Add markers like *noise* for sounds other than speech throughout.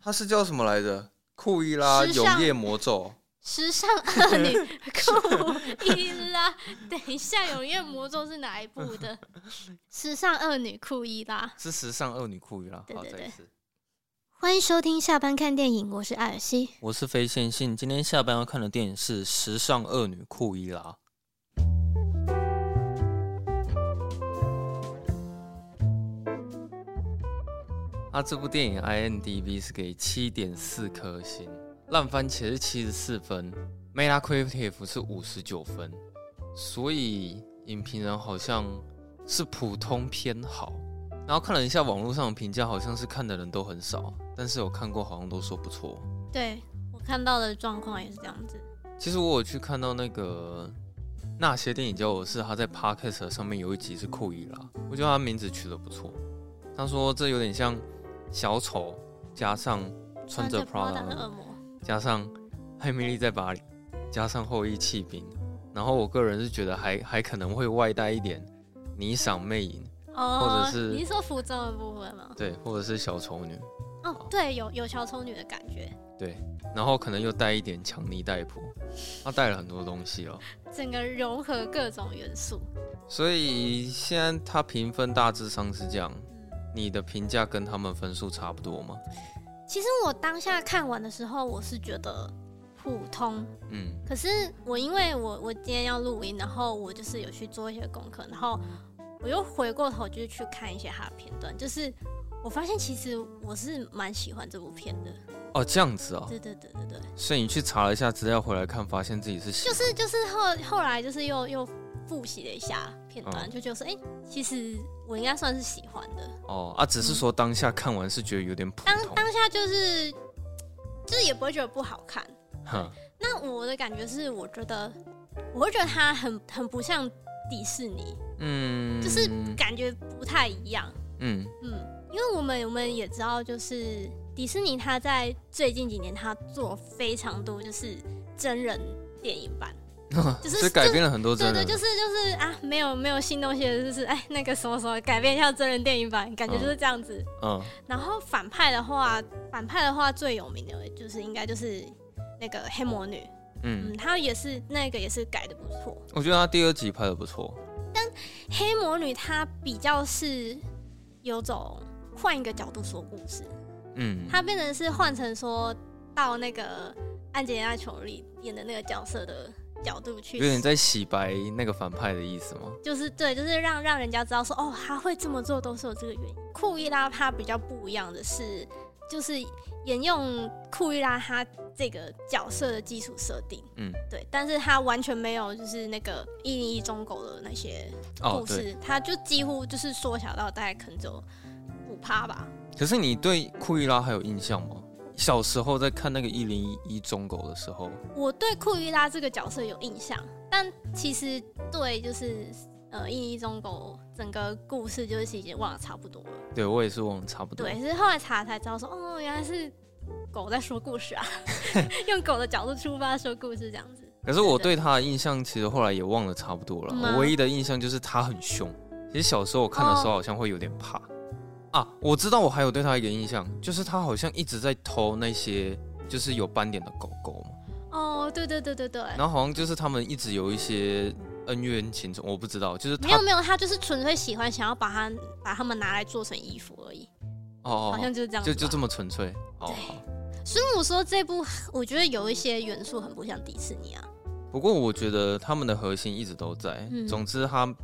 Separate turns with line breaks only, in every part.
他是叫什么来着？库伊拉
时
有
尚
夜魔咒，
时尚恶女库伊拉， *laughs* 等一下，《永夜魔咒》是哪一部的？ *laughs* 时尚恶女库伊拉，
是时尚恶女库伊拉。
对
好，
对
再
对
一次，
欢迎收听下班看电影，我是艾尔西。
我是非线性，今天下班要看的电影是《时尚恶女库伊拉》。啊，这部电影 IMDB 是给七点四颗星，烂番茄是七十四分，Metacritic 是五十九分，所以影评人好像是普通偏好。然后看了一下网络上的评价，好像是看的人都很少，但是有看过好像都说不错。
对我看到的状况也是这样子。
其实我有去看到那个那些电影教我是他在 podcast 上面有一集是库伊拉，我觉得他名字取得不错。他说这有点像小丑加上穿着 Prada 嗯
的
的
恶魔，
加上艾米丽在巴黎，加上后羿弃兵，然后我个人是觉得还还可能会外带一点霓裳魅影，
哦，
或者是
你说福州的部分吗？
对，或者是小丑女，
哦，对，有有小丑女的感觉，
对，然后可能又带一点强尼戴普，他带了很多东西哦。
整个融合各种元素。
所以现在他评分大致上是这样，
嗯，
你的评价跟他们分数差不多吗？
其实我当下看完的时候，我是觉得普通，
嗯，
可是我因为我我今天要录音，然后我就是有去做一些功课，然后我又回过头就是去看一些他的片段，就是我发现其实我是蛮喜欢这部片的。
哦，这样子哦，
对对对对对，
所以你去查了一下资料回来看，发现自己是喜
就是就是后后来就是又又复习了一下片段，
嗯
就觉得说，哎、其实我应该算是喜欢的。
哦啊，只是说当下看完是觉得有点普
当
通，
当下就是就是也不会觉得不好看。
哼，
那我的感觉是，我觉得我会觉得它很很不像迪士尼，
嗯，
就是感觉不太一样。
嗯
嗯，因为我们我们也知道，就是迪士尼它在最近几年它做非常多就是真人电影
*laughs*
版，就是
所以改编了很多
对
真
对，
人，
就是就是啊，没有没有新东西了，就是哎那个什么什么改编一下真人电影版，感觉就是这样子。
嗯，
然后反派的话，反派的话最有名的就是应该就是那个黑魔女，
嗯
嗯，她也是那个也是改的不错。
我觉得他第二集拍的不错，
黑魔女她比较是有种换一个角度说故事，
嗯，
她变成是换成说到那个安吉丽娜·裘丽演的那个角色的角度去
有，点在洗白那个反派的意思吗？
就是对，就是让让人家知道说哦，她会这么做都是有这个原因。库伊拉她比较不一样的是，就是沿用库伊拉她这个角色的基础设定，
嗯，
对，但是她完全没有就是那个一零一忠狗的那些
哦
故，
对。
事，它就几乎就是缩小到大概可能只有五趴吧。
可是你对库伊拉还有印象吗？小时候在看那个一零一中狗的时候，
我对库伊拉这个角色有印象，但其实对就是呃《印尼中狗》整个故事就是已经忘了差不多了。
对我也是忘了差不多。
对，是后来查才知道说，哦，原来是狗在说故事啊， *laughs* 用狗的角度出发说故事这样子。
可是我对他的印象，其实后来也忘了差不多了。
嗯啊哦
我唯一的印象就是他很凶。其实小时候我看的时候，好像会有点怕、啊。我知道我还有对他一个印象，就是他好像一直在偷那些就是有斑点的狗狗嘛。
哦，对对对对对。
然后好像就是他们一直有一些恩怨情仇，我不知道，就是
没有
他
没有，他就是纯粹喜欢，想要把它把它们拿来做成衣服而已，
哦
好像就是这样子
就
吧。
就这么纯粹。哦，好
所以我说这部，我觉得有一些元素很不像迪士尼啊。
不过我觉得他们的核心一直都在。
嗯
总之他，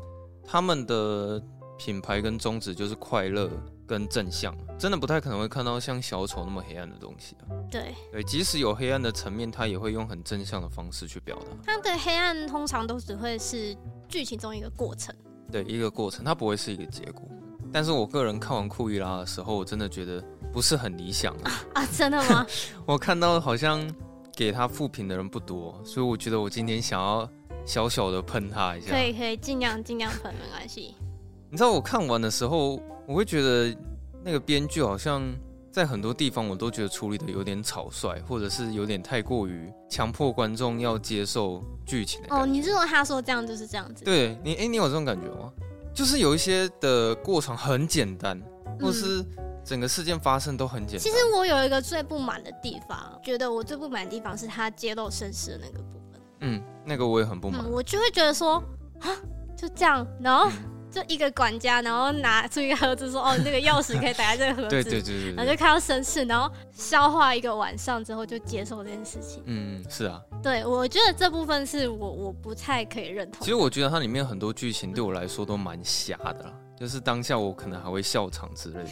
他们的品牌跟宗旨就是快乐跟正向，真的不太可能会看到像小丑那么黑暗的东西啊。
对，
对，即使有黑暗的层面，他也会用很正向的方式去表达。
它的黑暗通常都只会是剧情中一个过程。
对，一个过程，它不会是一个结果。但是我个人看完库伊拉的时候，我真的觉得不是很理想、啊。
*laughs* 啊，真的
*laughs*
吗？
我看到好像给他负评的人不多，所以我觉得我今天想要小小的喷他一下。
可以可以，尽量尽量粉，没关系。
你知道我看完的时候，我会觉得那个编剧好像在很多地方我都觉得处理的有点草率，或者是有点太过于强迫观众要接受剧情的
哦，
感觉。
你是说他说这样就是这样子？
对啊你，哎、你有这种感觉吗？就是有一些的过程很简单，
嗯，
或是整个事件发生都很简单。
其实我有一个最不满的地方，觉得我最不满的地方是他揭露身世的那个部分。
嗯，那个我也很不满。
嗯，我就会觉得说啊，就这样，然后
嗯
就一个管家，然后拿出一个盒子说，哦，那个钥匙可以打在这个盒子，
对对对对
然后
对，
就看到身世，然后消化一个晚上之后就接受这件事情。
嗯，是啊。
对我觉得这部分是我我不太可以认同
其。实我觉得它里面很多剧情对我来说都蛮瞎的啦，就是当下我可能还会笑场之类的。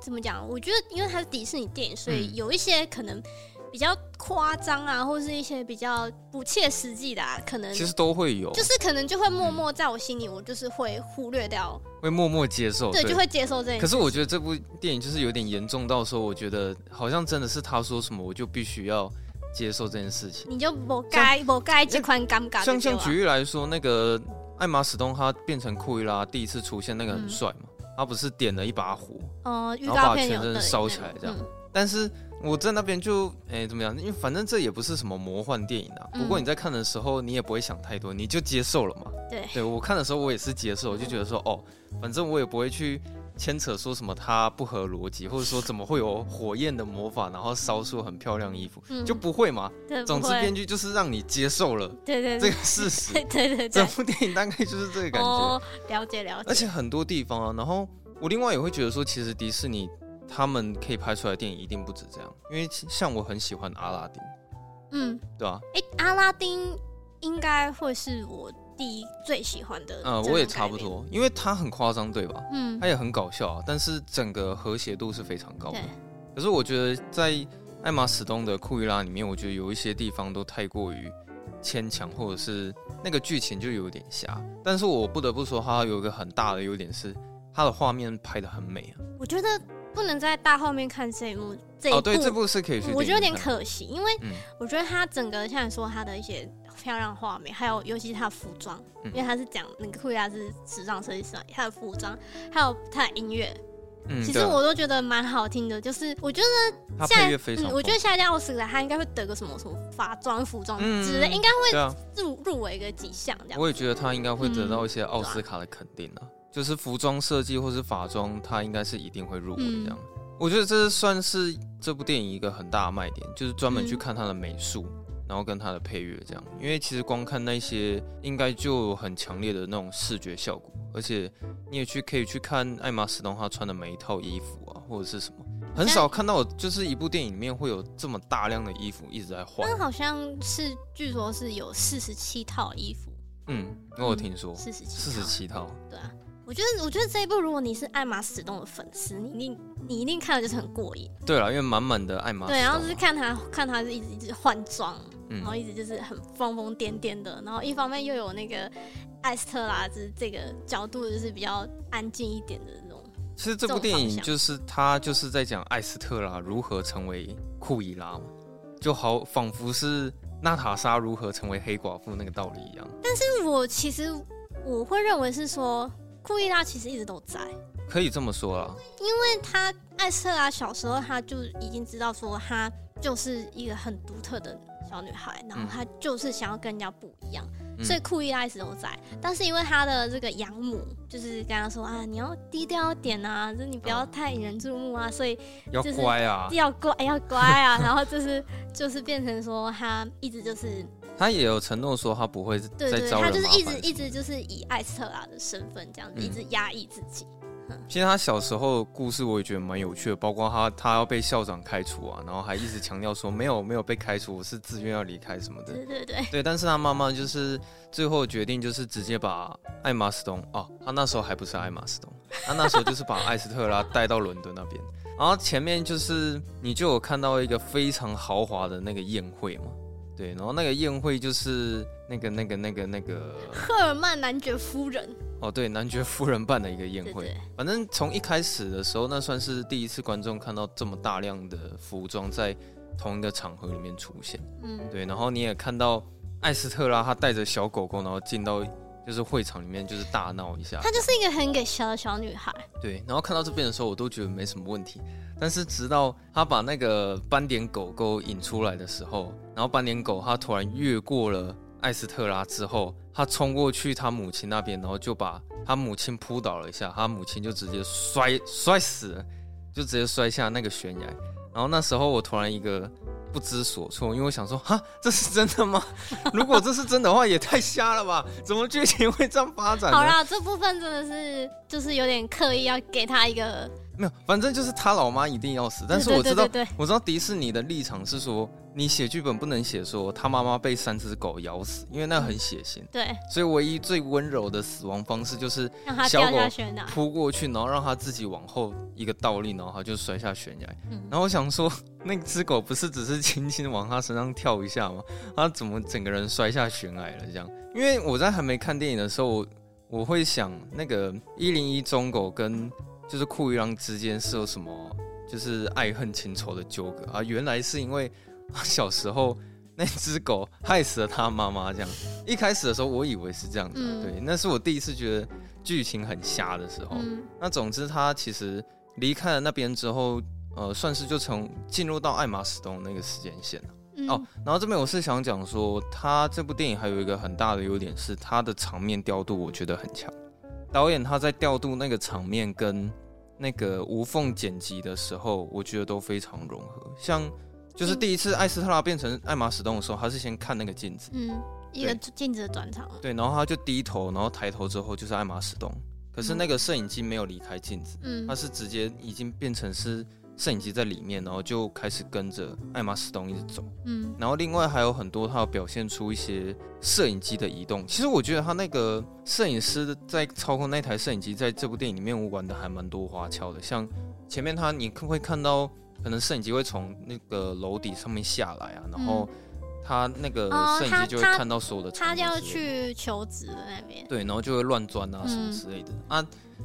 怎么讲？我觉得因为它是迪士尼电影，所以
嗯
有一些可能比较夸张啊，或是一些比较不切实际的、啊，可能
其实都会有，
就是可能就会默默在我心里，我就是会忽略掉，
会默默接受。
对，就会接受这件
哦可
事。
是我觉得这部电影就是有点严重到说，我觉得好像真的是他说什么，我就必须要接受这件事情。
你就不该不该这款尴尬
像
就啊对
像
了
举例来说，那个艾玛史东他变成库伊拉第一次出现，那个很帅嘛，他不是点了一把火，
嗯，预
然后
告
把
片有
全身
对
烧
那
起来
个
这样
嗯
但是我在那边就哎、怎么样？因为反正这也不是什么魔幻电影啊。
嗯
不过你在看的时候，你也不会想太多，你就接受了嘛。
对
对我看的时候，我也是接受，我就觉得说哦，反正我也不会去牵扯说什么它不合逻辑，或者说怎么会有火焰的魔法，然后烧出很漂亮衣服，
嗯
就不会嘛。
对，
总
不
之，
会
编剧就是让你接受了
对对
这 *laughs*
对
个事实。
*laughs* 对对对
整
对，
部电影大概就是这个感觉。
哦，了解了
而
解，
且很多地方啊。然后我另外也会觉得说，其实迪士尼他们可以拍出来的电影一定不止这样，因为其像我很喜欢阿拉丁，
嗯，
对吧、
哎，阿拉丁应该会是我第一最喜欢的，
嗯、我也差不，多，因为它很夸张，对吧？
嗯
它，也很搞笑啊，但是整个和谐度是非常高的
对。，
可是我觉得在艾玛史东的《库伊拉》里面，我觉得有一些地方都太过于牵强，或者是那个剧情就有点瞎。但是我不得不说，它有一个很大的优点是，它的画面拍的很美啊。
我觉得不能在大画面看这一幕，这一
哦，对，这
部
部是可以去电影院看的。
我觉得有点可惜，因为
嗯
我觉得它整个像你说它的一些漂亮画面，还有尤其是它的服装，
嗯
因为它是讲那个库伊拉是时尚设计师嘛，它的服装还有它的音乐，
嗯，
其
对
实
啊
我都觉得蛮好听的。就是我觉得，
他
现在
配乐非常
嗯，
丰富，
我觉得下一届奥斯卡它应该会得个什么什么法装、服装
嗯
之类，应该会
对啊，
入入围个几项这样。嗯
我也觉得他应该会得到一些奥斯卡的肯定啊，就是服装设计或是法装，他应该是一定会入围
嗯
这样。我觉得这算是这部电影一个很大的卖点，就是专门去
嗯
看他的美术，然后跟他的配乐这样。因为其实光看那些，应该就有很强烈的那种视觉效果，而且你也去可以去看艾玛史东她穿的每一套衣服啊，或者是什么，很少看到就是一部电影里面会有这么大量的衣服一直在换。
那好像是据说是有四十七套衣服，
嗯，我有听说，
四十七，
四十，七套，
对啊。我觉得，我觉得这一部，如果你是艾玛史东的粉丝，你一定你一定看了就是很过瘾。
对了，因为满满的爱马仕啊嘛
对，然后就是看他看他是一直一直换装，然后
嗯，
一直就是很疯疯癫癫的，然后一方面又有那个艾斯特拉就是这个角度就是比较安静一点的那种，
其实这部电影就是他就是在讲艾斯特拉如何成为库伊拉嘛，就好仿佛是娜塔莎如何成为黑寡妇那个道理一
*laughs*
样。
但我其实我会认为是说库伊拉其实一直都在，
可以这么说啊啦，
因为他艾斯特拉小时候他就已经知道说她就是一个很独特的小女孩，然后
嗯
她就是想要跟人家不一样。
嗯
所以库伊拉一直都在，但是因为他的这个养母就是跟他说啊，你要低调一点啊，就是你不要太引人注目
嗯
啊，所以
要
就是
乖啊，
要乖要乖啊，然后就是 *laughs* 就是变成说他一直就是
他也有承诺说他不会
对
再
对，
招
他
人
就是
麻
一直
烦。
一直就是以艾斯特拉的身份这样子、
嗯
一直压抑自己，
其实他小时候的故事我也觉得蛮有趣的，包括他他要被校长开除啊，然后还一直强调说没有没有被开除，我是自愿要离开什么的。
对对对，
对，但是他妈妈就是最后决定就是直接把艾玛斯东哦，他那时候还不是艾玛斯东，他那时候就是把艾斯特拉带到伦敦那边，然后前面就是你就有看到一个非常豪华的那个宴会嘛，对，然后那个宴会就是那个那个那个那个
赫尔曼男爵夫人，
哦，对，男爵夫人办的一个宴
对
会
对，，
反正从一开始的时候，那算是第一次观众看到这么大量的服装在同一个场合里面出现。
嗯，
对，然后你也看到艾斯特拉她带着小狗狗，然后进到就是会场里面就是大闹一下
她。就是一个很给小的小女孩，
对，然后看到这边的时候，我都觉得没什么问题。但是直到他把那个斑点狗狗引出来的时候，然后斑点狗它突然越过了艾斯特拉之后，它冲过去他母亲那边，然后就把他母亲扑倒了一下，他母亲就直接摔摔死了。就直接摔下那个悬崖。然后那时候我突然一个不知所措，因为我想说，哈，这是真的吗？ *laughs* 如果这是真的话，也太瞎了吧？怎么剧情会这样发展呢？
好啦，这部分真的是就是有点刻意要给他一个，
没有，反正就是他老妈一定要死。但是
对
我知道，
对对对
我知道迪士尼的立场是说，你写剧本不能写说他妈妈被三只狗咬死，因为那很血腥。
对对，
所以唯一最温柔的死亡方式就是
让他
小
掉
狗
下悬崖。
扑过去，然后让它自己往后一个倒立，然后它就摔下悬崖。
嗯
然后我想说， *laughs* 那只狗不是只是轻轻地往它身上跳一下吗？它怎么整个人摔下悬崖了？这样，因为我在还没看电影的时候，我我会想那个一零一中狗跟就是库伊狼之间是有什么就是爱恨情仇的纠葛啊？原来是因为他小时候那只狗害死了他妈妈，这样。一开始的时候我以为是这样子，啊
嗯
对，那是我第一次觉得剧情很瞎的时候。
嗯，
那总之，他其实离开了那边之后，呃，算是就从进入到爱马仕东那个时间线了。
嗯
哦，然后这边我是想讲说，他这部电影还有一个很大的优点是他的场面调度，我觉得很强。导演他在调度那个场面跟那个无缝剪辑的时候，我觉得都非常融合。像就是
嗯
第一次艾斯特拉变成艾玛史东的时候，他是先看那个镜子，
嗯，一个
对
镜子的转场，
对，然后他就低头，然后抬头之后就是艾玛史东，可是那个摄影机没有离开镜子。
嗯
他是直接已经变成是摄影机在里面，然后就开始跟着艾玛斯东一直走。
嗯
然后另外还有很多，他有表现出一些摄影机的移动。其实我觉得他那个摄影师在操控那台摄影机，在这部电影里面玩的还蛮多花俏的。像前面他你会看到，可能摄影机会从那个楼底上面下来啊，然后他那个
嗯哦
摄影
他
机就会
他
看到所有的场
他
景之类的。
要去求职的那边，
对，然后就会乱钻啊什么
嗯
之类的、啊。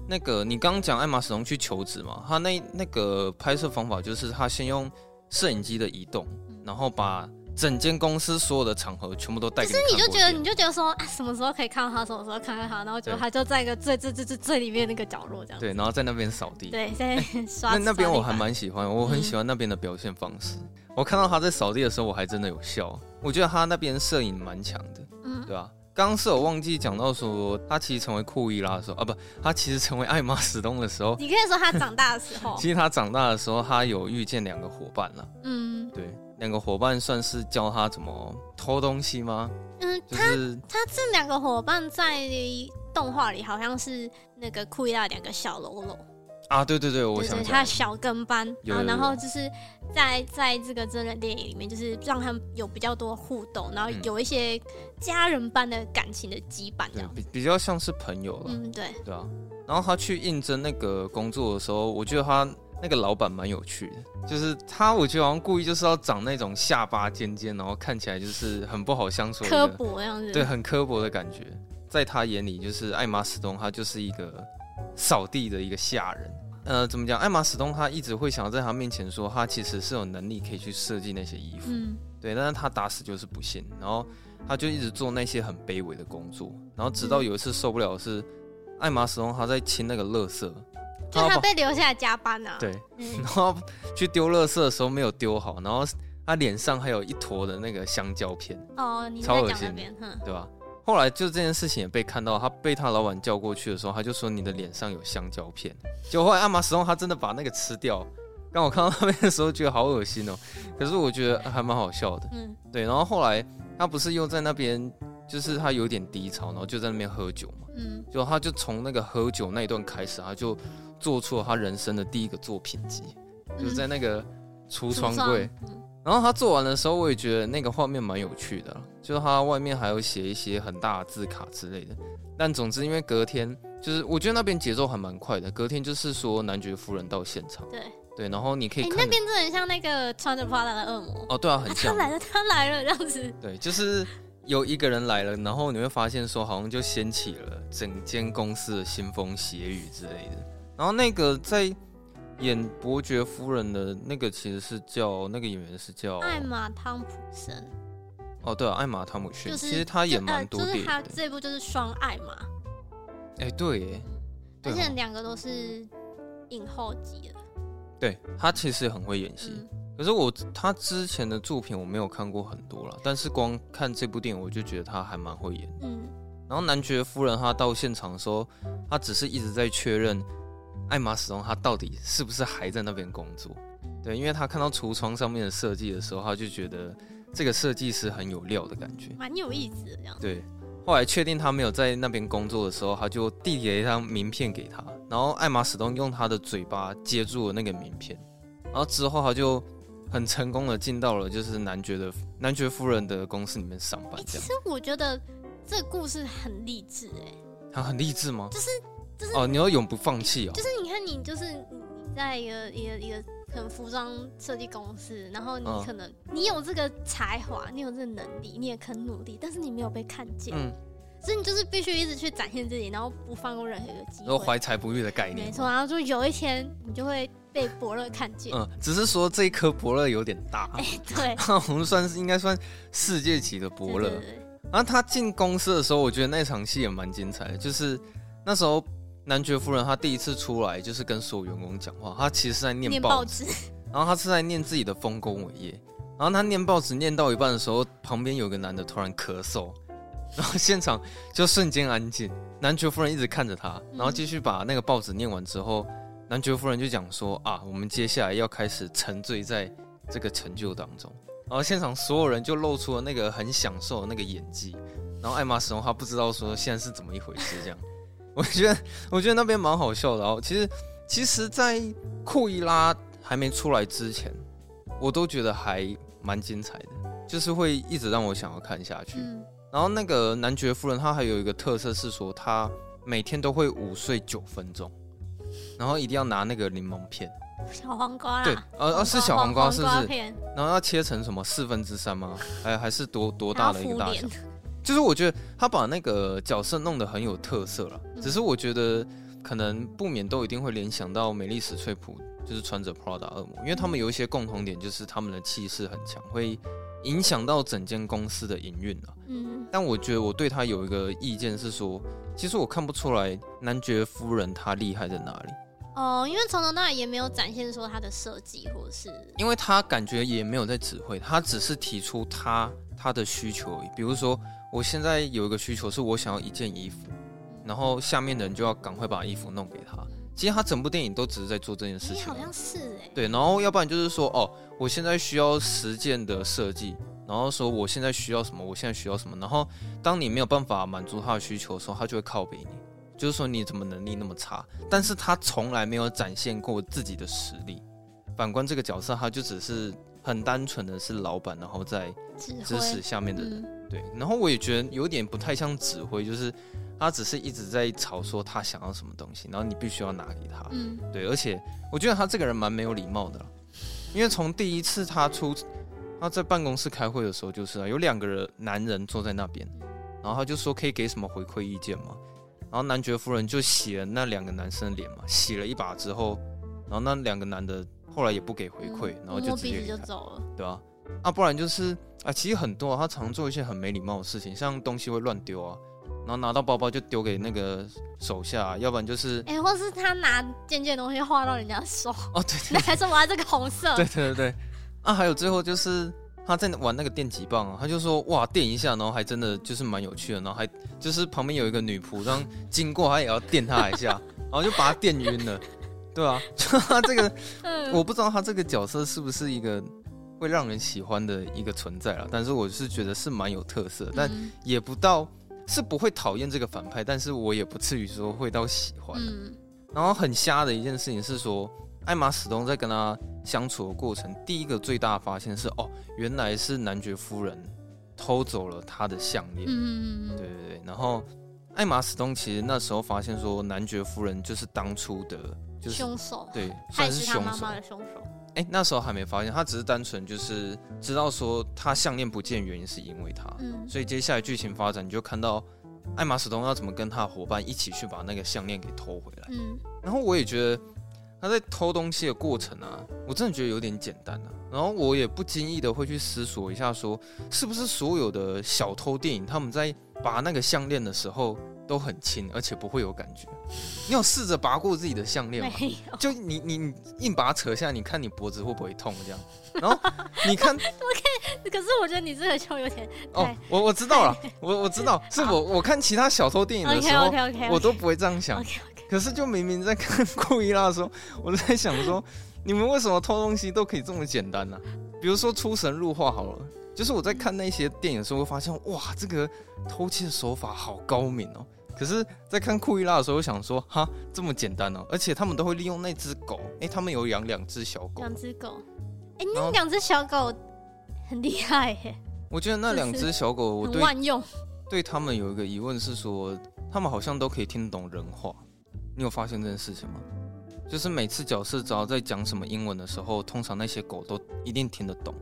那个你刚刚讲艾玛史东去求职嘛，他那那个拍摄方法就是他先用摄影机的移动，
嗯
然后把整间公司所有的场合全部都带给你看
你就
过
觉
一
得
遍
你就觉得说啊，什么时候可以看到他，什么时候看到他，然后结果
对
他就在一个最最最最最里面那个角落这样。
对，然后在那边扫地。
对，在刷
那那边我还
刷地板
蛮喜欢，我很
嗯
喜欢那边的表现方式。我看到他在扫地的时候，我还真的有笑。我觉得他那边摄影蛮强的。
嗯
对吧、刚刚是我忘记讲到说，他其实成为库伊拉的时候啊，不，他其实成为艾玛史东的时候，
你可以说他长大的时候，
其实他长大的时候，他有遇见两个伙伴了。
嗯
对，两个伙伴算是教他怎么偷东西吗？
嗯，
就是
他这两个伙伴在动画里好像是那个库伊拉两个小喽啰，
啊，对对对，我
对
想
对，
起
他
来
的小跟班，
有
然后
有
然
有
后就是在在这个真人电影里面，就是让他们有比较多互动，然后
嗯
有一些家人般的感情的羁绊这
对
样。
比比较像是朋友了，
嗯，对，
对啊。然后他去应征那个工作的时候，我觉得他那个老板蛮有趣的，就是他，我觉得好像故意就是要长那种下巴尖尖，然后看起来就是很不好相处的一个，
刻薄这样子。
对，很刻薄的感觉。在他眼里，就是艾玛史东，他就是一个扫地的一个下人。呃，怎么讲？艾玛史东他一直会想要在他面前说，他其实是有能力可以去设计那些衣服， *laughs*
嗯
对，但是他打死就是不信，然后他就一直做那些很卑微的工作，然后直到有一次受不了的是，艾玛史东他在清那个垃圾，
就他
把
被留下来加班啊。
对，
嗯，
*laughs* 然后去丢垃圾的时候没有丢好，然后他脸上还有一坨的那个香蕉片。
哦，你
超
在
恶
讲
心
那
的
边，哼，
对吧？后来就这件事情也被看到，他被他老板叫过去的时候，他就说你的脸上有香蕉片。结果后来阿玛使用他真的把那个吃掉。刚我看到那边的时候，觉得好恶心哦。可是我觉得还蛮好笑的。
嗯
对，然后后来他不是又在那边，就是他有点低潮，然后就在那边喝酒嘛。
嗯
就他就从那个喝酒那一段开始，他就做出了他人生的第一个作品集，就是在那个嗯橱窗
橱
柜。，
嗯
然后他做完的时候，我也觉得那个画面蛮有趣的啦，就是他外面还有写一些很大的字卡之类的。但总之，因为隔天就是我觉得那边节奏还蛮快的，隔天就是说男爵夫人到现场，
对，
对，然后你可以
哎，
看、
那边真的很像那个穿着 Prada 的恶魔，
哦，对啊，
啊
很
他
像，
来了，他来了，这样子。
对，就是有一个人来了，然后你会发现说好像就掀起了整间公司的腥风血雨之类的。然后那个在演伯爵夫人的那个其实是叫那个演员是叫
艾玛汤普森，
哦，对、啊，艾玛汤姆逊，
就是
其实他也
就
蛮多
呃，
电
就
影
是
的。
他这部就是双爱嘛，
哎、对耶，对
而且
哦
两个都是影后级的。
对他其实很会演戏，
嗯
可是我他之前的作品我没有看过很多了，但是光看这部电影我就觉得他还蛮会演。
嗯
然后男爵夫人她到现场的时候，她只是一直在确认艾玛史东他到底是不是还在那边工作？对，因为他看到橱窗上面的设计的时候，他就觉得这个设计师很有料的感觉。
蛮有意思的这样。
对，后来确定他没有在那边工作的时候，他就递了一张名片给他，然后艾玛史东用他的嘴巴接住了那个名片，然后之后他就很成功的进到了就是男爵的男爵夫人的公司里面上班
哎、，
这
其
样
实我觉得这个故事很励志哎、
他很励志吗？
就是就是
哦，你要永不放弃哦
就，是你看你就是你你在一个一个一个可能服装设计公司，然后你
嗯
可能、你有这个才华，你有这个能力，你也肯努力，但是你没有被看见，
嗯，
所以你就是必须一直去展现自己，然后不放过任何一个机
然后
会。
怀才不遇的概念，哦
没错，然后就有一天你就会被伯乐看见，
嗯，只是说这一颗伯乐有点大，
*laughs* 对，
*laughs* 我们算是应该算世界级的伯乐
对，对对
然后啊他进公司的时候，我觉得那场戏也蛮精彩的，就是那时候男爵夫人她第一次出来，就是跟所有员工讲话，她其实是在念
念
报
报
纸，
纸，
*laughs* 然后她是在念自己的丰功伟业。然后她念报纸念到一半的时候，旁边有个男的突然咳嗽，然后现场就瞬间安静。男爵夫人一直看着他，然后继续把那个报纸念完之后，男爵夫人就讲说啊，我们接下来要开始沉醉在这个成就当中。然后现场所有人就露出了那个很享受的那个演技，然后艾玛史东她不知道说现在是怎么一回事这样。我觉得我觉得那边蛮好笑的哦。其实其实，在库伊拉还没出来之前，我都觉得还蛮精彩的，就是会一直让我想要看下去。
嗯，
然后那个男爵夫人她还有一个特色是说，她每天都会午睡九分钟，然后一定要拿那个柠檬片，
小啊黄瓜啦，
对，呃呃是小黄瓜是不
黄
是？
片
然后要切成什么四分之三吗？还还是多多大的一个
然
大
后
小
敷？
就是我觉得他把那个角色弄得很有特色了，
嗯
只是我觉得可能不免都一定会联想到美丽史翠普，就是穿着 Prada 恶魔，因为他们有一些共同点，就是他们的气势很强，会影响到整间公司的营运啊。
嗯，
但我觉得我对他有一个意见是说，其实我看不出来男爵夫人她厉害在哪里，
哦，因为从头到尾也没有展现说它的设计或者是
因为她感觉也没有在指挥，她只是提出她她的需求而已。比如说，我现在有一个需求是我想要一件衣服，然后下面的人就要赶快把衣服弄给他。其实他整部电影都只是在做这件事
哎、
情
好
而已。
像是哎、
对，然后要不然就是说，哦，我现在需要十件的设计，然后说我现在需要什么，我现在需要什么，然后当你没有办法满足他的需求的时候，他就会靠北你，就是说你怎么能力那么差？但是他从来没有展现过自己的实力。反观这个角色，他就只是很单纯的是老板，然后在
指
指使
挥，
下面的人。
嗯，
对，然后我也觉得有点不太像指挥，就是他只是一直在吵说他想要什么东西，然后你必须要拿给他。
嗯，
对，而且我觉得他这个人蛮没有礼貌的啦，因为从第一次他出他在办公室开会的时候就是啊，有两个人男人坐在那边，然后他就说可以给什么回馈意见嘛，然后男爵夫人就洗了那两个男生的脸嘛，洗了一把之后，然后那两个男的后来也不给回馈，然后就
嗯摸
直
鼻
接
子
离
就
开
走了，
对啊，啊，不然就是啊，其实很多、啊、他常做一些很没礼貌的事情，像东西会乱丢啊，然后拿到包包就丢给那个手下啊、要不然就是
*laughs* 哎、或是他拿尖尖的东西划到人家
*laughs*
手，
哦，对
那还是我要这个
*laughs*
红色，
对对对对对，啊，还有最后就是他在玩那个电击棒啊，他就说哇电一下，然后还真的就是蛮有趣的，然后还就是旁边有一个女仆这样经过，他也要电他一下，然后就把他电晕了，对 *laughs* 啊，就他这个
嗯，
我不知道他这个角色是不是一个会让人喜欢的一个存在了，但是我是觉得是蛮有特色的，但
嗯
也不到是不会讨厌这个反派，但是我也不至于说会到喜欢。
嗯，
然后很瞎的一件事情是说，艾玛史东在跟他相处的过程，第一个最大的发现是，哦，原来是男爵夫人偷走了他的项链。
嗯，嗯
对，对对，然后艾玛史东其实那时候发现说，男爵夫人就是当初的，就是
凶手，
对，
他
算
也
是
他
凶
妈
手
妈。的凶手，
哎、那时候还没发现，他只是单纯就是知道说他项链不见原因是因为他，
嗯，
所以接下来剧情发展你就看到艾玛史东要怎么跟他的伙伴一起去把那个项链给偷回来。
嗯，
然后我也觉得他在偷东西的过程啊，我真的觉得有点简单啊。然后我也不经意的会去思索一下说，是不是所有的小偷电影他们在拔那个项链的时候都很轻，而且不会有感觉。你有试着拔过自己的项链
没
吗？
有， *laughs*
就你你你硬把它扯下来，你看你脖子会不会痛这样？然后你
*laughs*
看
可是我觉得你这个就有点
哦
太，
我我知道了，我我知道，是
好
我我看其他小偷电影的时
OK *laughs*
候，
OK OK，
我都不会这样想
OK。OK，
可是就明明在看 *laughs* 库伊拉的时候，我就在想说，你们为什么偷东西都可以这么简单呢、比如说出神入化好了，就是我在看那些电影的时候，会发现哇，这个偷窃手法好高明哦。可是，在看库伊拉的时候，我想说，哈，这么简单哦！而且他们都会利用那只狗，诶，他们有养两只小狗，
两只狗，哎、
然后
那两只小狗很厉害耶，
我觉得那两只小狗，我
很
对
万
*laughs*
用。
对他们有一个疑问是说，他们好像都可以听懂人话。你有发现这件事情吗？就是每次角色只要在讲什么英文的时候，通常那些狗都一定听得懂。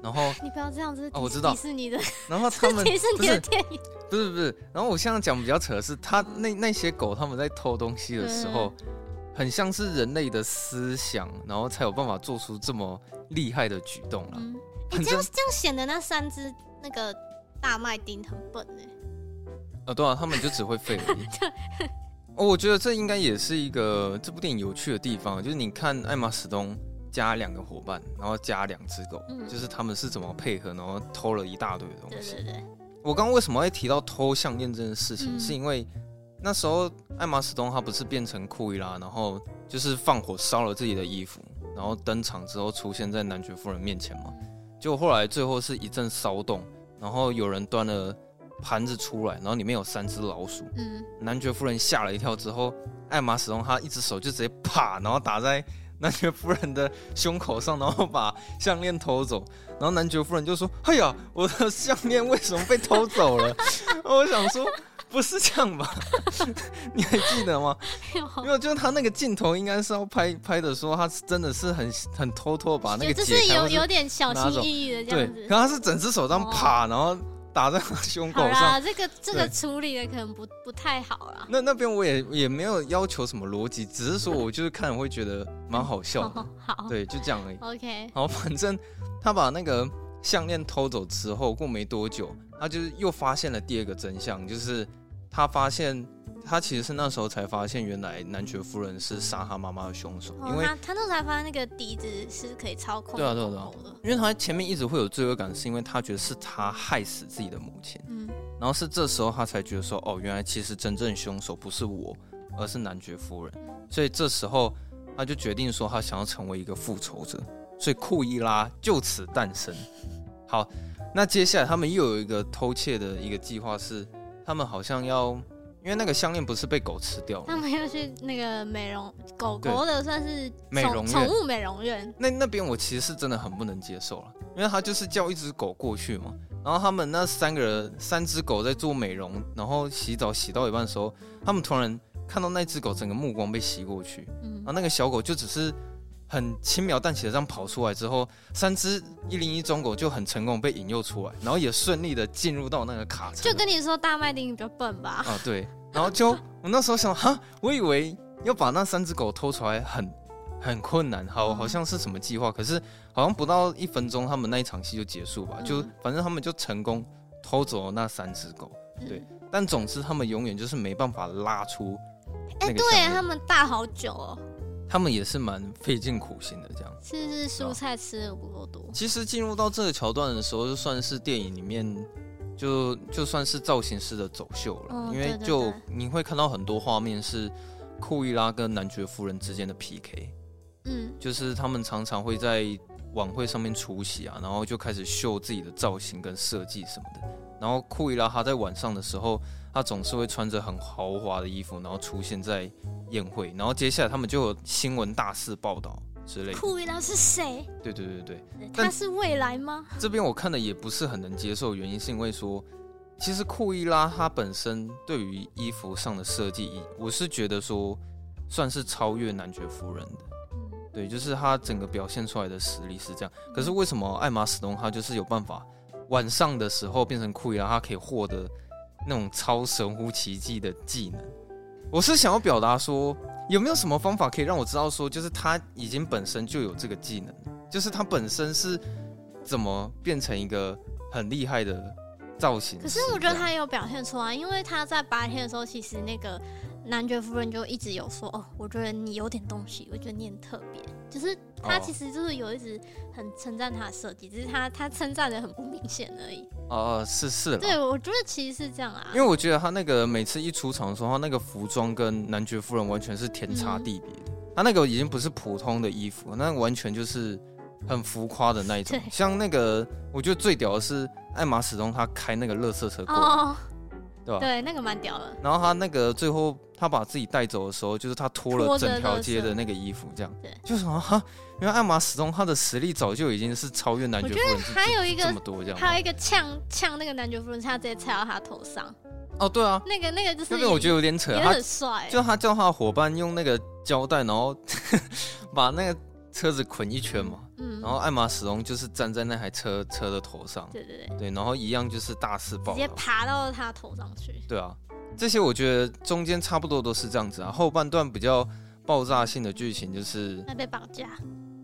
然后，
你不要这样子，
哦我知道
迪士尼的，
然后
*laughs*
他们
迪士
不
尼的
是
电影，
不是不是，然后我现在讲比较扯的是，他那那些狗他们在偷东西的时候，很像是人类的思想，然后才有办法做出这么厉害的举动啊啦。
嗯，哎、
反
这
正
样这样显得那三只那个大麦丁很笨哎。
呃，对啊，他们就只会废而
*laughs*
已。哦，我觉得这应该也是一个这部电影有趣的地方，就是你看艾玛史东加两个伙伴，然后加两只狗，
嗯
就是他们是怎么配合，然后偷了一大堆的东
对
西。
对对，
我刚刚为什么会提到偷项链这件事情，
嗯
是因为那时候艾玛史东她不是变成库伊拉，然后就是放火烧了自己的衣服，然后登场之后出现在男爵夫人面前嘛。结果后来最后是一阵骚动，然后有人端了盘子出来，然后里面有三只老鼠。
嗯，
男爵夫人吓了一跳之后，艾玛史东她一只手就直接啪，然后打在男爵夫人的胸口上，然后把项链偷走。然后男爵夫人就说：“哎呀，我的项链为什么被偷走了？” *laughs* 我想说，不是这样吧？ *laughs* 你还记得吗？
*laughs*
没有，就是他那个镜头应该是要拍拍的，说他真的是很很偷偷把那个
就就
解
是
开，
有
或是
有点小
拿
心
走
翼翼的这
对
样，子
可。他是整只手这样
哦
啪，然后打在他胸口
好
上。
啦，这个这个
对
处理的可能不不太好啦。
那那边我也也没有要求什么逻辑，只是说我就是看我会觉得蛮好笑的
哦， *laughs* 好
对，就这样而已。
，OK，
然后反正他把那个项链偷走之后，过没多久，他就是又发现了第二个真相，就是他发现他其实是那时候才发现，原来男爵夫人是杀他妈妈的凶手，因
哦，
为
他他那时候才发现那个笛子是可以操控
对啊
的
对啊
狗
对啊
狗的，
因为他前面一直会有罪恶感，是因为他觉得是他害死自己的母亲。
嗯，
然后是这时候他才觉得说，哦，原来其实真正凶手不是我，而是男爵夫人。所以这时候他就决定说，他想要成为一个复仇者。所以库伊拉就此诞生。好，那接下来他们又有一个偷窃的一个计划是，他们好像要，因为那个项链不是被狗吃掉了
他
吗，
们要去那个美容狗
对
狗的算是
美
宠
容
宠
院
物美容院，
那那边我其实是真的很不能接受了，因为他就是叫一只狗过去嘛，然后他们那三个人三只狗在做美容，然后洗澡洗到一半的时候，他们突然看到那只狗整个目光被吸过去，
嗯
然后，那个小狗就只是很轻描淡写的这样跑出来之后，三只一零一中狗就很成功被引诱出来，然后也顺利的进入到那个卡车
就
里，
跟你说大麦丁比较笨吧，
啊对，然后就我那时候想哈，我以为要把那三只狗偷出来很很困难，好
嗯
好像是什么计划，可是好像不到一分钟，他们那一场戏就结束吧，就
嗯
反正他们就成功偷走了那三只狗，
嗯
对，但总之他们永远就是没办法拉出
哎、
那个项
对
链
他们大好久哦，
他们也是蛮费尽苦心的这样。
是不是蔬菜吃的不够多？
其实进入到这个桥段的时候，就算是电影里面就就算是造型师的走秀了，
嗯
因为
对对
就
对
你会看到很多画面是库伊拉跟男爵夫人之间的 PK，
嗯，
就是他们常常会在晚会上面出席啊，然后就开始秀自己的造型跟设计什么的。然后库伊拉他在晚上的时候，他总是会穿着很豪华的衣服，然后出现在宴会。然后接下来他们就有新闻大肆报道之类的。
库伊拉是谁？
对对对对。但
他是未来吗？
这边我看的也不是很能接受，原因是因为说，其实库伊拉他本身对于衣服上的设计，我是觉得说算是超越男爵夫人的，
嗯
对，就是他整个表现出来的实力是这样。可是为什么艾玛史东他就是有办法晚上的时候变成库伊拉，他可以获得那种超神乎其技的技能？我是想要表达说，有没有什么方法可以让我知道说，就是他已经本身就有这个技能，就是他本身是怎么变成一个很厉害的造型师？
可是我觉
这
得
样
啊他有表现出来，因为他在白天的时候，其实那个男爵夫人就一直有说哦，我觉得你有点东西，我觉得你很特别。就是他
哦
其实就是有一直很称赞他的设计，只是他他称赞的很不明显而已。
哦、是是啦，
对，我觉得其实是这样啊
啊因为。我觉得他那个每次一出场的时候，他那个服装跟男爵夫人完全是天差地别的。他那个已经不是普通的衣服，那完全就是很浮夸的那一种
*laughs* 对。
像那个，我觉得最屌的是艾玛始终他开那个乐色车过来，
哦，
对吧？
对，那个蛮屌的。
然后他那个最后他把自己带走的时候，就是他脱
脱
了
着
整条街
垃圾
的那个衣服，这样
对
就是啊哈，因为艾玛始终她的实力早就已经是超越男爵
我
夫
觉
人
得
这，
还有一
这
个
么多这
还
样。
有一个呛呛那个男爵夫人，是他直接踩到他头上，
哦，对啊，
那个那个就是
那个我觉得有点扯，
也
他
很帅。
就他叫他的伙伴用那个胶带，然后 *laughs* 把那个车子捆一圈嘛，
嗯
然后艾玛始终就是站在那台车车的头上，
对对对，
对，然后一样就是大肆
直
暴
接
露，
爬到他头上去。
对啊，这些我觉得中间差不多都是这样子啊，后半段比较爆炸性的剧情就是。
那被绑架，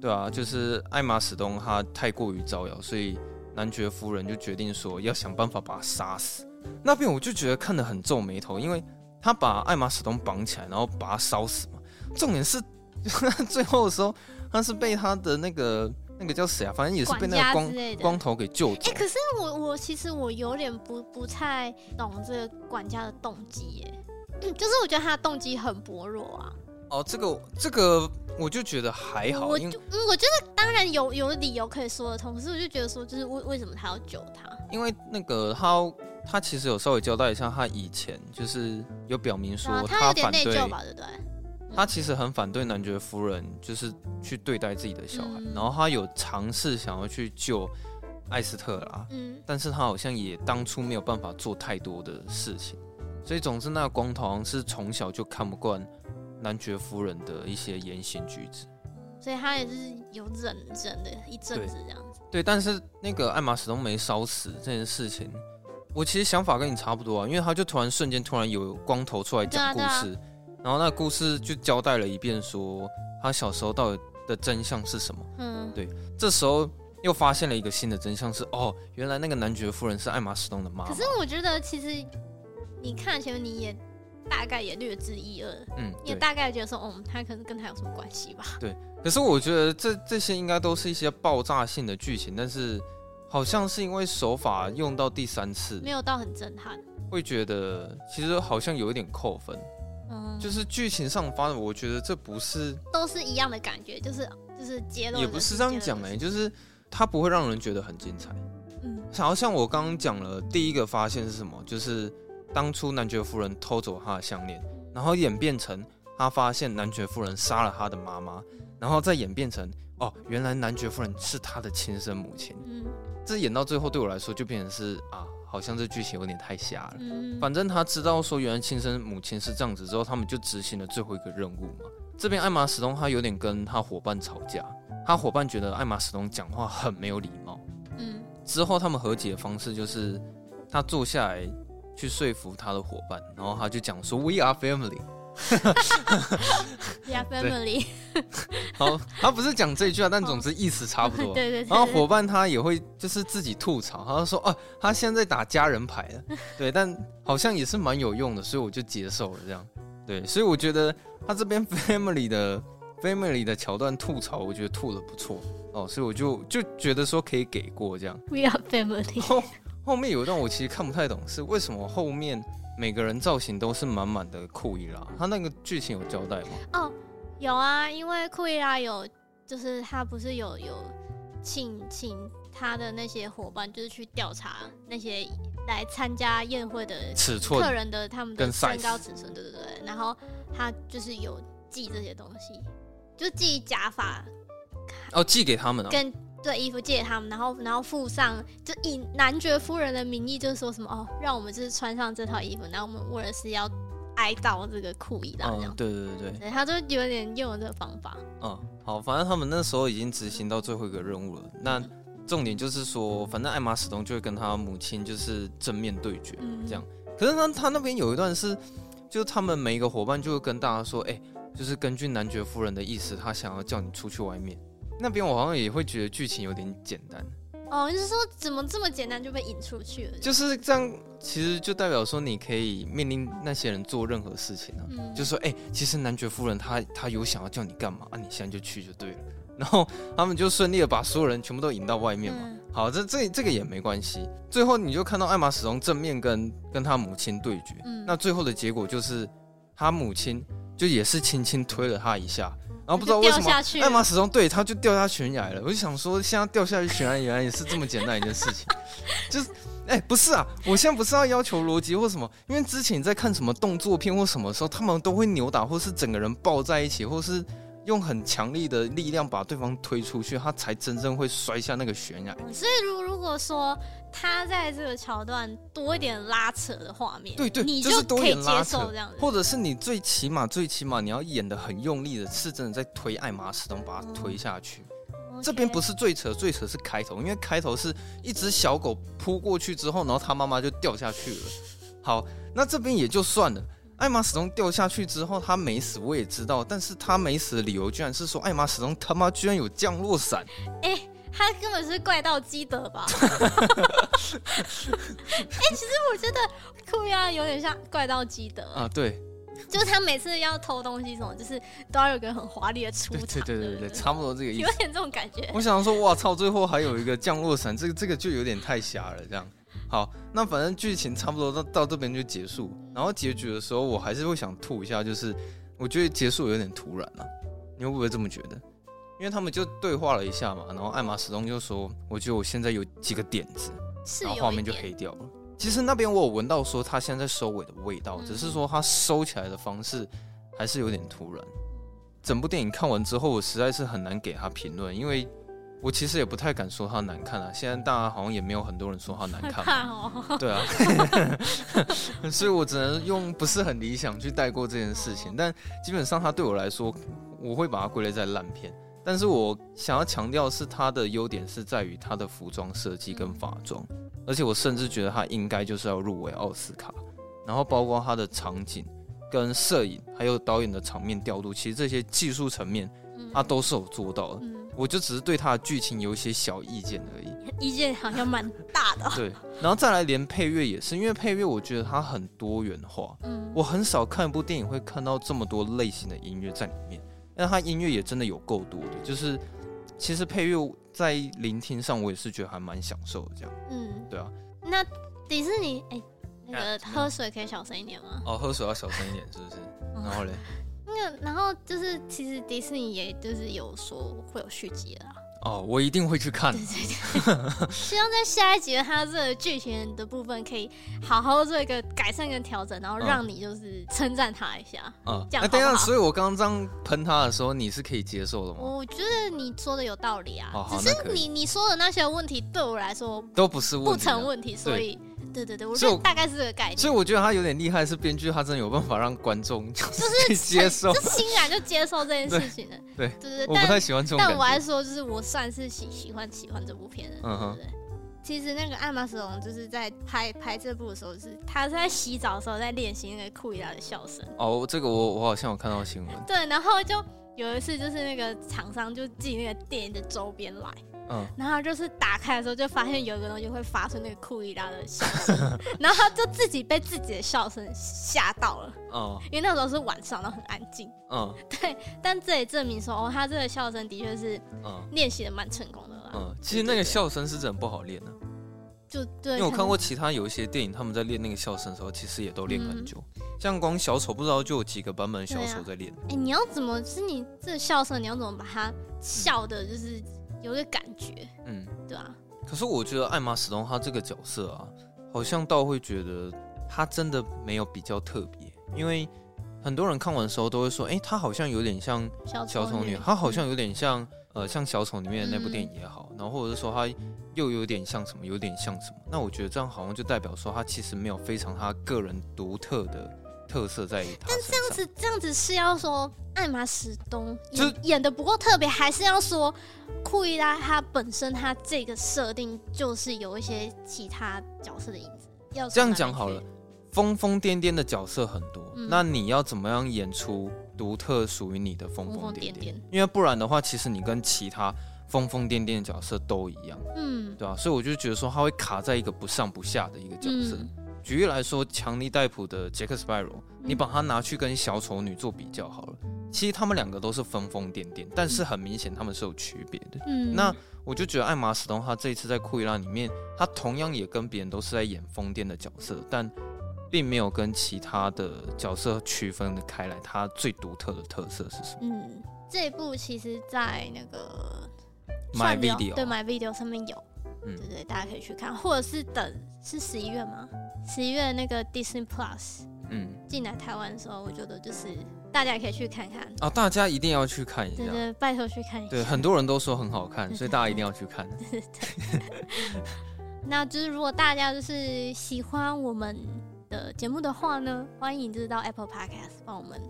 对啊，就是艾玛史东他太过于招摇，所以男爵夫人就决定说要想办法把他杀死。那边我就觉得看得很皱眉头，因为他把艾玛史东绑起来，然后把他烧死嘛。重点是 *laughs* 最后的时候，他是被他的那个那个叫谁啊？反正也是被
管
那个
家之
光
类的。
光头给救走
哎、。可是我我其实我有点不不太懂这个管家的动机耶、嗯就是我觉得他的动机很薄弱啊。
哦，这个这个我就觉得还好，
我
因
就
为
嗯我觉得当然有有理由可以说得通，可是我就觉得说，就是为为什么他要救他？
因为那个他他其实有稍微交代一下，他以前就是有表明
对啊
说，
他有点
反
内
对
疚吧，对不对？
他其实很反对男爵夫人就是去对待自己的小孩，
嗯
然后他有尝试想要去救艾斯特拉，
嗯，
但是他好像也当初没有办法做太多的事情，所以总之那个光头好像是从小就看不惯男爵夫人的一些言行举止。
所以他也是有忍忍的一阵子这样子。
对，但是那个艾玛始终没烧死这件事情，我其实想法跟你差不多啊，因为他就突然瞬间突然有光头出来讲故
对啊
事，然后那故事就交代了一遍说他小时候到底的真相是什么。
嗯，
这时候又发现了一个新的真相是，哦，原来那个男爵夫人是艾玛史东的妈
可
妈
是。我觉得其实你看前面你也大概也略知一二，
嗯，
你也
对。
大概觉得说，嗯，他可能跟他有什么关系吧？
可是我觉得这这些应该都是一些爆炸性的剧情，但是好像是因为手法用到第三次
没，有到很震撼。
会觉得其实好像有一点扣分。
嗯，
就是剧情上发展，我觉得这不是，
都是一样的感觉，就是就是揭露的
也不是这样
揭露
讲
的
哎、就是它不会让人觉得很精彩。
嗯，
好像我刚刚讲了，第一个发现是什么？就是当初男爵夫人偷走他的项链，然后演变成他发现男爵夫人杀了他的妈妈，然后再演变成哦，原来男爵夫人是他的亲生母亲。
嗯
这演到最后，对我来说就变成是啊，好像这剧情有点太瞎了。
嗯，
反正他知道说原来亲生母亲是这样子之后，他们就执行了最后一个任务嘛。这边艾玛史东他有点跟他伙伴吵架，他伙伴觉得艾玛史东讲话很没有礼貌。
嗯
之后他们和解的方式就是他坐下来去说服他的伙伴，然后他就讲说 “We are family”。
，Yeah Family，
好，他不是讲这一句啊，但总之意思差不
*laughs*
多。
哦对对
*laughs*
对，
然后
对
伙伴他也会就是自己吐槽，他就说：“啊，他现在在打家人牌
*laughs*
了。”对，但好像也是蛮有用的，所以我就接受了这样。对，所以我觉得他这边 family 的 family 的桥段吐槽，我觉得吐的不错哦，所以我就就觉得说可以给过
*laughs*
这样。
We Are Family，
后后面有一段我其实看不太懂，是为什么后面每个人造型都是满满的库伊拉？他那个剧情有交代吗？
有啊，因为库伊拉有，就是他不是有有请请他的那些伙伴，就是去调查那些来参加宴会的
尺
客
寸
人的他们的
跟
身
size
高尺寸，对对对，然后他就是有记这些东西，就记假发
哦，寄给他们啊。
跟对衣服借他们，然后然后附上就以男爵夫人的名义，就是说什么哦，让我们就是穿上这套衣服，然后我们为了是要哀悼这个库伊拉这
嗯，
样。
对对对对，
对，他就有点用了这个方法，
嗯，好，反正他们那时候已经执行到最后一个任务了。那重点就是说，反正艾玛始终就会跟他母亲就是正面对决
嗯
这样。可是呢，他那边有一段是，就是他们每一个伙伴就会跟大家说，哎、就是根据男爵夫人的意思，他想要叫你出去外面。那边我好像也会觉得剧情有点简单，
哦，就是说怎么这么简单就被引出去了？
就是这样，其实就代表说你可以命令那些人做任何事情啊。
嗯，
就说哎、其实男爵夫人她她有想要叫你干嘛啊，你现在就去就对了。 *laughs* 然后他们就顺利的把所有人全部都引到外面嘛。
嗯
好，这这这个也没关系。最后你就看到艾玛始终正面跟跟他母亲对决，
嗯
那最后的结果就是他母亲就也是轻轻推了他一下，然后不知道为
就掉
什么哎
下去了
艾玛始终对他就掉下悬崖了。我就想说，现在掉下去悬崖原来也是这么简单一件事情，就是。哎、不是啊，我现在不是要要求逻辑或什么，因为之前你在看什么动作片或什么的时候，他们都会扭打，或是整个人抱在一起，或是用很强力的力量把对方推出去，他才真正会摔下那个悬崖。
所以如如果说他在这个桥段多一点拉扯的画面，
对对
你
就是多一
可以
点
接
拉
受
扯
这样子。
或者是你最起码最起码你要演的很用力的，是真的在推爱马仕东把它推下去。这边不
是
是最扯，最扯是开头，因为开头是一只小狗扑过去之后，然后它妈妈就掉下去了。好，那这边也就算了。艾玛始终掉下去之后，他没死，我也知道，但是他没死的理由居然是说，艾玛始终他妈居然有降落伞，
哎他根本是怪盗基德
*laughs*
吧？ *laughs* 哎、其实我觉得库亚有点像怪盗基德，
啊，对，
就是他每次要偷东西什么，就是都要有一个很华丽的出
对
场，
对对对
不
对，差不多这个意
有
思。
点这种感觉。
我想说，哇操，最后还有一个降落伞，这个这个就有点太瞎了。这样，好，那反正剧情差不多到到这边就结束。然后结局的时候，我还是会想吐一下，就是我觉得结束有点突然了、你会不会这么觉得？因为他们就对话了一下嘛，然后艾玛始终就说：“我觉得我现在有几个点子。”
是
然
有
后
一
画面就
点
黑掉了。其实那边我有闻到说他现在收尾的味道，
嗯
只是说他收起来的方式还是有点突然。整部电影看完之后，我实在是很难给他评论，因为我其实也不太敢说它难看啊。现在大家好像也没有很多人说它难
害
看嘛，
怕哦。 *laughs*
*laughs* 对啊，所以我只能用不是很理想去带过这件事情。但基本上它对我来说，我会把它归类在烂片。但是我想要强调的是它的优点是在于它的服装设计跟法装，而且我甚至觉得它应该就是要入围奥斯卡。然后包括它的场景、跟摄影，还有导演的场面调度，其实这些技术层面
嗯
它都是有做到的。
嗯，
我就只是对它的剧情有一些小意见而已。
意见好像蛮大的哦。
对，然后再来连配乐也是，因为配乐我觉得它很多元化，
嗯，
我很少看一部电影会看到这么多类型的音乐在里面，但它音乐也真的有够多的，就是其实配乐在聆听上我也是觉得还蛮享受的，这样
嗯，
对啊。
那迪士尼哎、那
啊
个
怎么样
喝水可以小声一点吗？
哦，喝水要小声一点，是不是？
嗯
然后嘞，
那个，然后就是其实迪士尼也就是有说会有续集的啦，
哦，我一定会去看
*laughs* 对。对对， *laughs* 希望在下一集的它这个剧情的部分可以好好做一个改善跟调整，然
嗯
后让你就是称赞他一下。
啊，
这样
那等一
好
下，
不好
所以我刚刚这样喷他的时候，你是可以接受的吗？
我觉得你说的有道理啊，
哦哦好
只
那可
是
以
你你说的那些问题对我来说
都不是问
不
题啊。
成问题，所以对对对，我
所
觉
以
得
我
大概是这个概念。
所以我觉得他有点厉害，是编剧他真的有办法让观众就是去接受。
*laughs* 就。欣然就接受这件事情了
对
对对
我不太
但
喜欢这种感
但
觉。
我还说，就是我算是喜喜欢喜欢这部片的，
嗯
对
哼
不对？其实那个艾玛·斯隆就是在拍拍这部的时候，就是他在洗澡的时候在练习那个库伊拉的笑声。
哦，这个我我好像有看到新闻，
对，然后就有一次就是那个厂商就寄那个电影的周边来，
嗯，
然后就是打开的时候就发现有一个东西会发出那个库伊拉的笑
*laughs*
声，然后他就自己被自己的笑声吓到了，
哦，
因为那时候是晚上，然后很安静。
嗯，
对，但这也证明说，哦，他这个笑声的确是
嗯，
练习的蛮成功的啦。
嗯，其实那个笑声是真的不好练的、
就对，
因为我
可
看
能
过其他有一些电影，他们在练那个笑声的时候，其实也都练很久。像光小丑，不知道就有几个版本的小丑在练。
哎、你要怎么？就是你这笑声，你要怎么把它笑的，就是有一个感觉，
嗯，
对吧、啊？
可是我觉得艾玛史东她这个角色啊，好像倒会觉得她真的没有比较特别，因为很多人看完的时候都会说，哎、她好像有点像
小
小丑女，她好
嗯
像有点像呃，像小丑里面的那部电影也好，然后或者是说她又有点像什么，有点像什么。那我觉得这样好像就代表说她其实没有非常她个人独特的特色在她身
这样
上。
子，这样子是要说艾玛史东
就
演演的不够特别，还是要说库伊拉他本身他这个设定就是有一些其他角色的影子？要
这样
从哪
讲
里
好了
去，
疯疯癫癫的角色很多，
嗯
那你要怎么样演出独特属于你的疯
疯
疯
疯
癫
癫
癫
癫？
因为不然的话，其实你跟其他疯疯癫癫的角色都一样，
嗯
对吧、所以我就觉得说他会卡在一个不上不下的一个角色。
嗯
举例来说，强尼戴普的杰克·斯派罗，你把他拿去跟小丑女做比较好了，其实他们两个都是疯疯癫癫，但是很明显他们是有区别的。
嗯
那我就觉得艾玛史东她这一次在库伊拉里面，她同样也跟别人都是在演疯癫的角色，但并没有跟其他的角色区分的开来。她最独特的特色是什么？
嗯，这一部其实，在那个
My
串流
Video
哦对 My Video 上面有，
嗯
对对，大家可以去看，或者是等是十一月吗？十一月那个 Disney Plus
嗯，
进来台湾的时候，我觉得就是大家也可以去看看，
啊，大家一定要去看一下
对。对，拜托去看一下。
啊对，很多人都说很好看，所以大家一定要去看。
那就是如果大家就是喜欢我们的节目的话呢，欢迎就是到 Apple Podcast 帮我们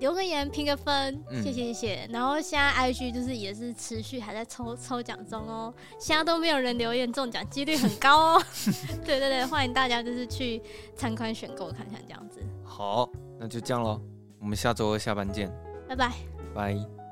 留个言、评个分，
嗯
谢谢谢谢。然后现在 IG 就是也是持续还在抽抽奖中哦，现在都没有人留言中奖，几率很高哦。对对对，欢迎大家就是去参观选购看看这样子，
好，那就这样喽，我们下周二下班见，
拜拜。
拜。